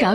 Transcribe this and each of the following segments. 扰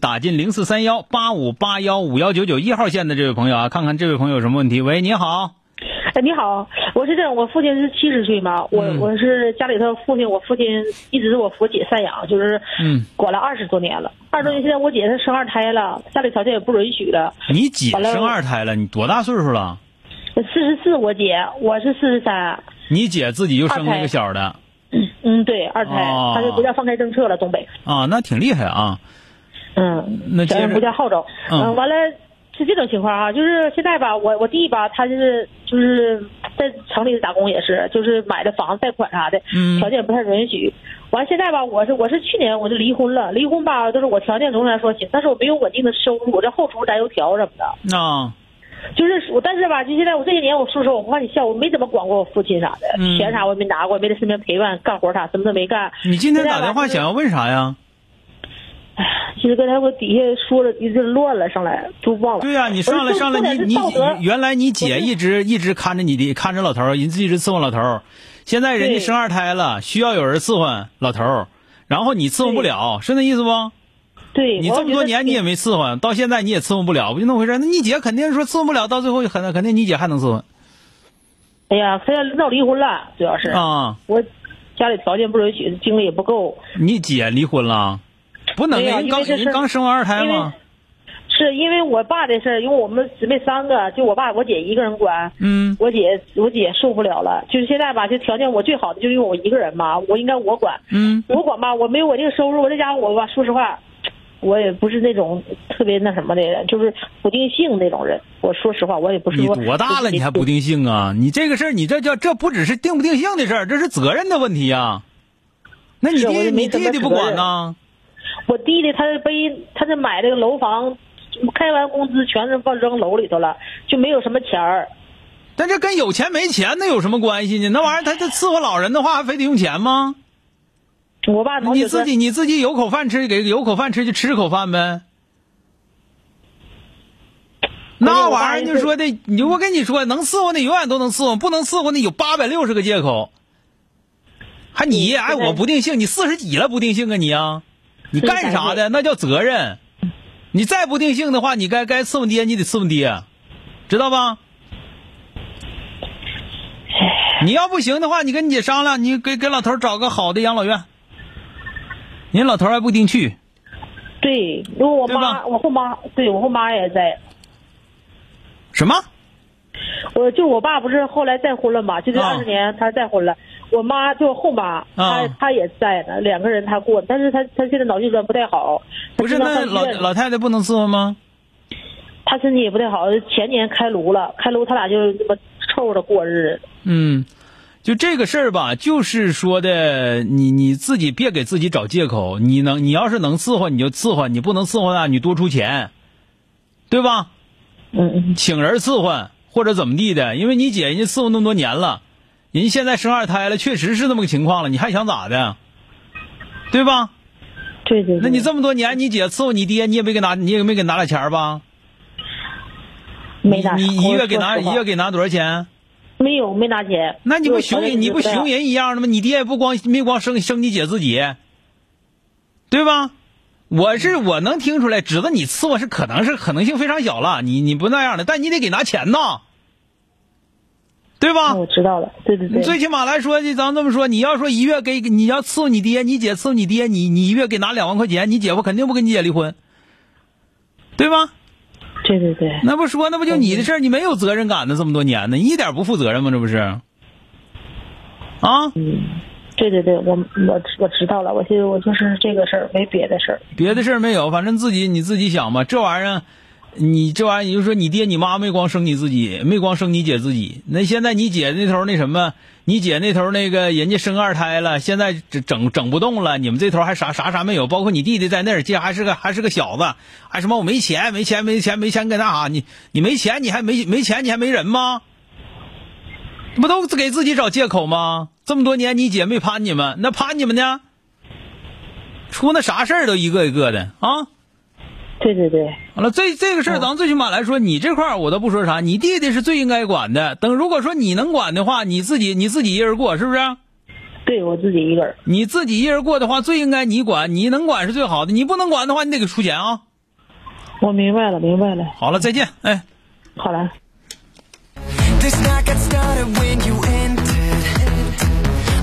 打进零四三幺八五八幺五幺九九一号线的这位朋友啊，看看这位朋友有什么问题。喂，你好，哎，你好，我是这样，我父亲是七十岁嘛，我、嗯我是家里头父亲，我父亲一直是我我姐赡养，就是嗯管了二十多年了，二十多年，现在我姐她生二胎了，家里条件也不允许了，你姐完了生二胎了，你多大岁数了？四十四我姐，我是四十三，你姐自己就生了一二个胎小的嗯，对，二胎，哦她就国家放开政策了，东北，啊，那挺厉害啊。嗯，那接全着国家号召，嗯完了是这种情况啊，就是现在吧，我我弟吧，他是就是在城里打工也是，就是买的房贷款啥的，嗯条件也不太允许。完现在吧，我是我是去年我就离婚了，离婚吧，就是我条件总体来说行，但是我没有稳定的收入，我这后厨炸油条什么的，那、就是我，但是吧，就现在我这些年，我说实话，我不怕你笑，我没怎么管过我父亲啥的，嗯钱啥我也没拿过，没在身边陪伴干活啥什么都没干。你今天现在打电话吧就是想要问啥呀？其实刚才我底下说了一阵乱了，上来就忘了。对啊呀、你上来不是上来，重点你是你道德原来你姐我是一直一直看着你的，看着老头儿，人家一直伺候老头儿。现在人家对生二胎了，需要有人伺候老头儿，然后你伺候不对了，是那意思不？对，你我这么觉多得年你挺也没伺候，啊到现在你也伺候不了，不就那么回事？那你姐肯定说伺候不了，到最后肯肯定你姐还能伺候哎呀，现在闹离婚了，主要是、啊。我家里条件不允许，精力也不够，你姐离婚了，不能没有啊！人因为刚这事人刚生完二胎因为嘛，是因为我爸的事儿，因为我们姊妹三个，就我爸我姐一个人管。嗯我姐，我姐受不了了，就是现在吧，就条件我最好的，就因为我一个人嘛，我应该我管，嗯我管吧，我没有稳定收入，我在家我吧，说实话，我也不是那种特别那什么的人，就是不定性那种人。我说实话，我也不是你说多大了你还不定性啊？你这个事儿，你这叫这不只是定不定性的事儿，这是责任的问题呀、那你是我弟也没你弟什么弟不责管任呐？我弟弟他是背，他是买这个楼房，开完工资全扔放扔楼里头了，就没有什么钱儿。但这跟有钱没钱那有什么关系呢？那玩意儿他他伺候老人的话，还非得用钱吗？我爸老你觉得自己你自己有口饭吃，给有口饭吃就吃口饭呗。那玩意儿就说的，你我跟你说，能伺候的永远都能伺候，不能伺候的有八百六十个借口。还你哎，我不定性，你四十几了不定性啊你啊？你干啥的？那叫责任。你再不定性的话，你该该伺候爹，你得伺候爹，啊知道吧？你要不行的话，你跟你姐商量，你给给老头儿找个好的养老院。人老头儿还不一定去，对，因为我对吧妈，我后妈，对我后妈也在。什么？我就我爸不是后来再婚了嘛，就这啊二十年他再婚了。我妈就后妈，她她也在呢，两个人她过，但是她她现在脑血管不太好，她不是经常那上医老院老太太不能伺候吗？她身体也不太好，前年开颅了，开颅他俩就这么凑着过日子。嗯，就这个事儿吧，就是说的，你你自己别给自己找借口。你能，你要是能伺候你就伺候，你不能伺候那，你多出钱，对吧？嗯嗯，请人伺候或者怎么地的，因为你姐人家伺候那么多年了，人家现在生二胎了，确实是这么个情况了，你还想咋的？对吧？对对对。那你这么多年，你姐伺候你爹，你也没给拿，你也没给拿俩钱儿吧？没拿啥，你你一我月给拿说实一话月给拿多少钱？没有没拿钱。那你因为不我熊条件人，你就不这样熊人一样的吗？你爹不光没光生生你姐自己，对吧？我是我能听出来，指着你伺候是可能是可能性非常小了，你你不那样的，但你得给拿钱呐，对吧？那嗯我知道了，对对对。啊最起码来说，就咱这么说，你要说一月给你要伺候你爹，你姐伺候你爹，你你一月给拿两万块钱，你姐夫肯定不跟你姐离婚，对吧？对对对，那不说那不就你的事儿，你没有责任感呢，这么多年呢，你一点不负责任吗？这不是？啊，对对对，我我我知道了，我就我就是这个事儿，没别的事儿。别的事儿没有，反正自己你自己想吧。这玩意儿，你这玩意儿，你就说你爹你妈没光生你自己，没光生你姐自己，那现在你姐那头那什么，你姐那头那个人家生二胎了，现在整整整不动了，你们这头还啥啥啥没有，包括你弟弟在那儿，这还是个还是个小子，还什么我没钱没钱没钱没钱跟那啥，你你没钱你还没没钱你还没人吗？不都给自己找借口吗？这么多年你姐没攀你们，那攀你们呢？出那啥事儿都一个一个的啊！对对对，完了，这这个事儿，咱最起码来说，你这块儿我倒不说啥，你弟弟是最应该管的。等如果说你能管的话，你自己你自己一人过，是不是？对我自己一个人，你自己一人过的话，最应该你管，你能管是最好的。你不能管的话，你得给出钱啊。我明白了，明白了。好了，再见，哎，好了。 This night got started when you entered.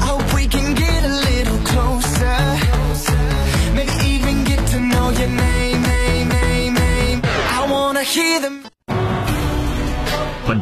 Hope we can get a little closer. Maybe even get to know your name, name, name, name. I wanna hear them. 本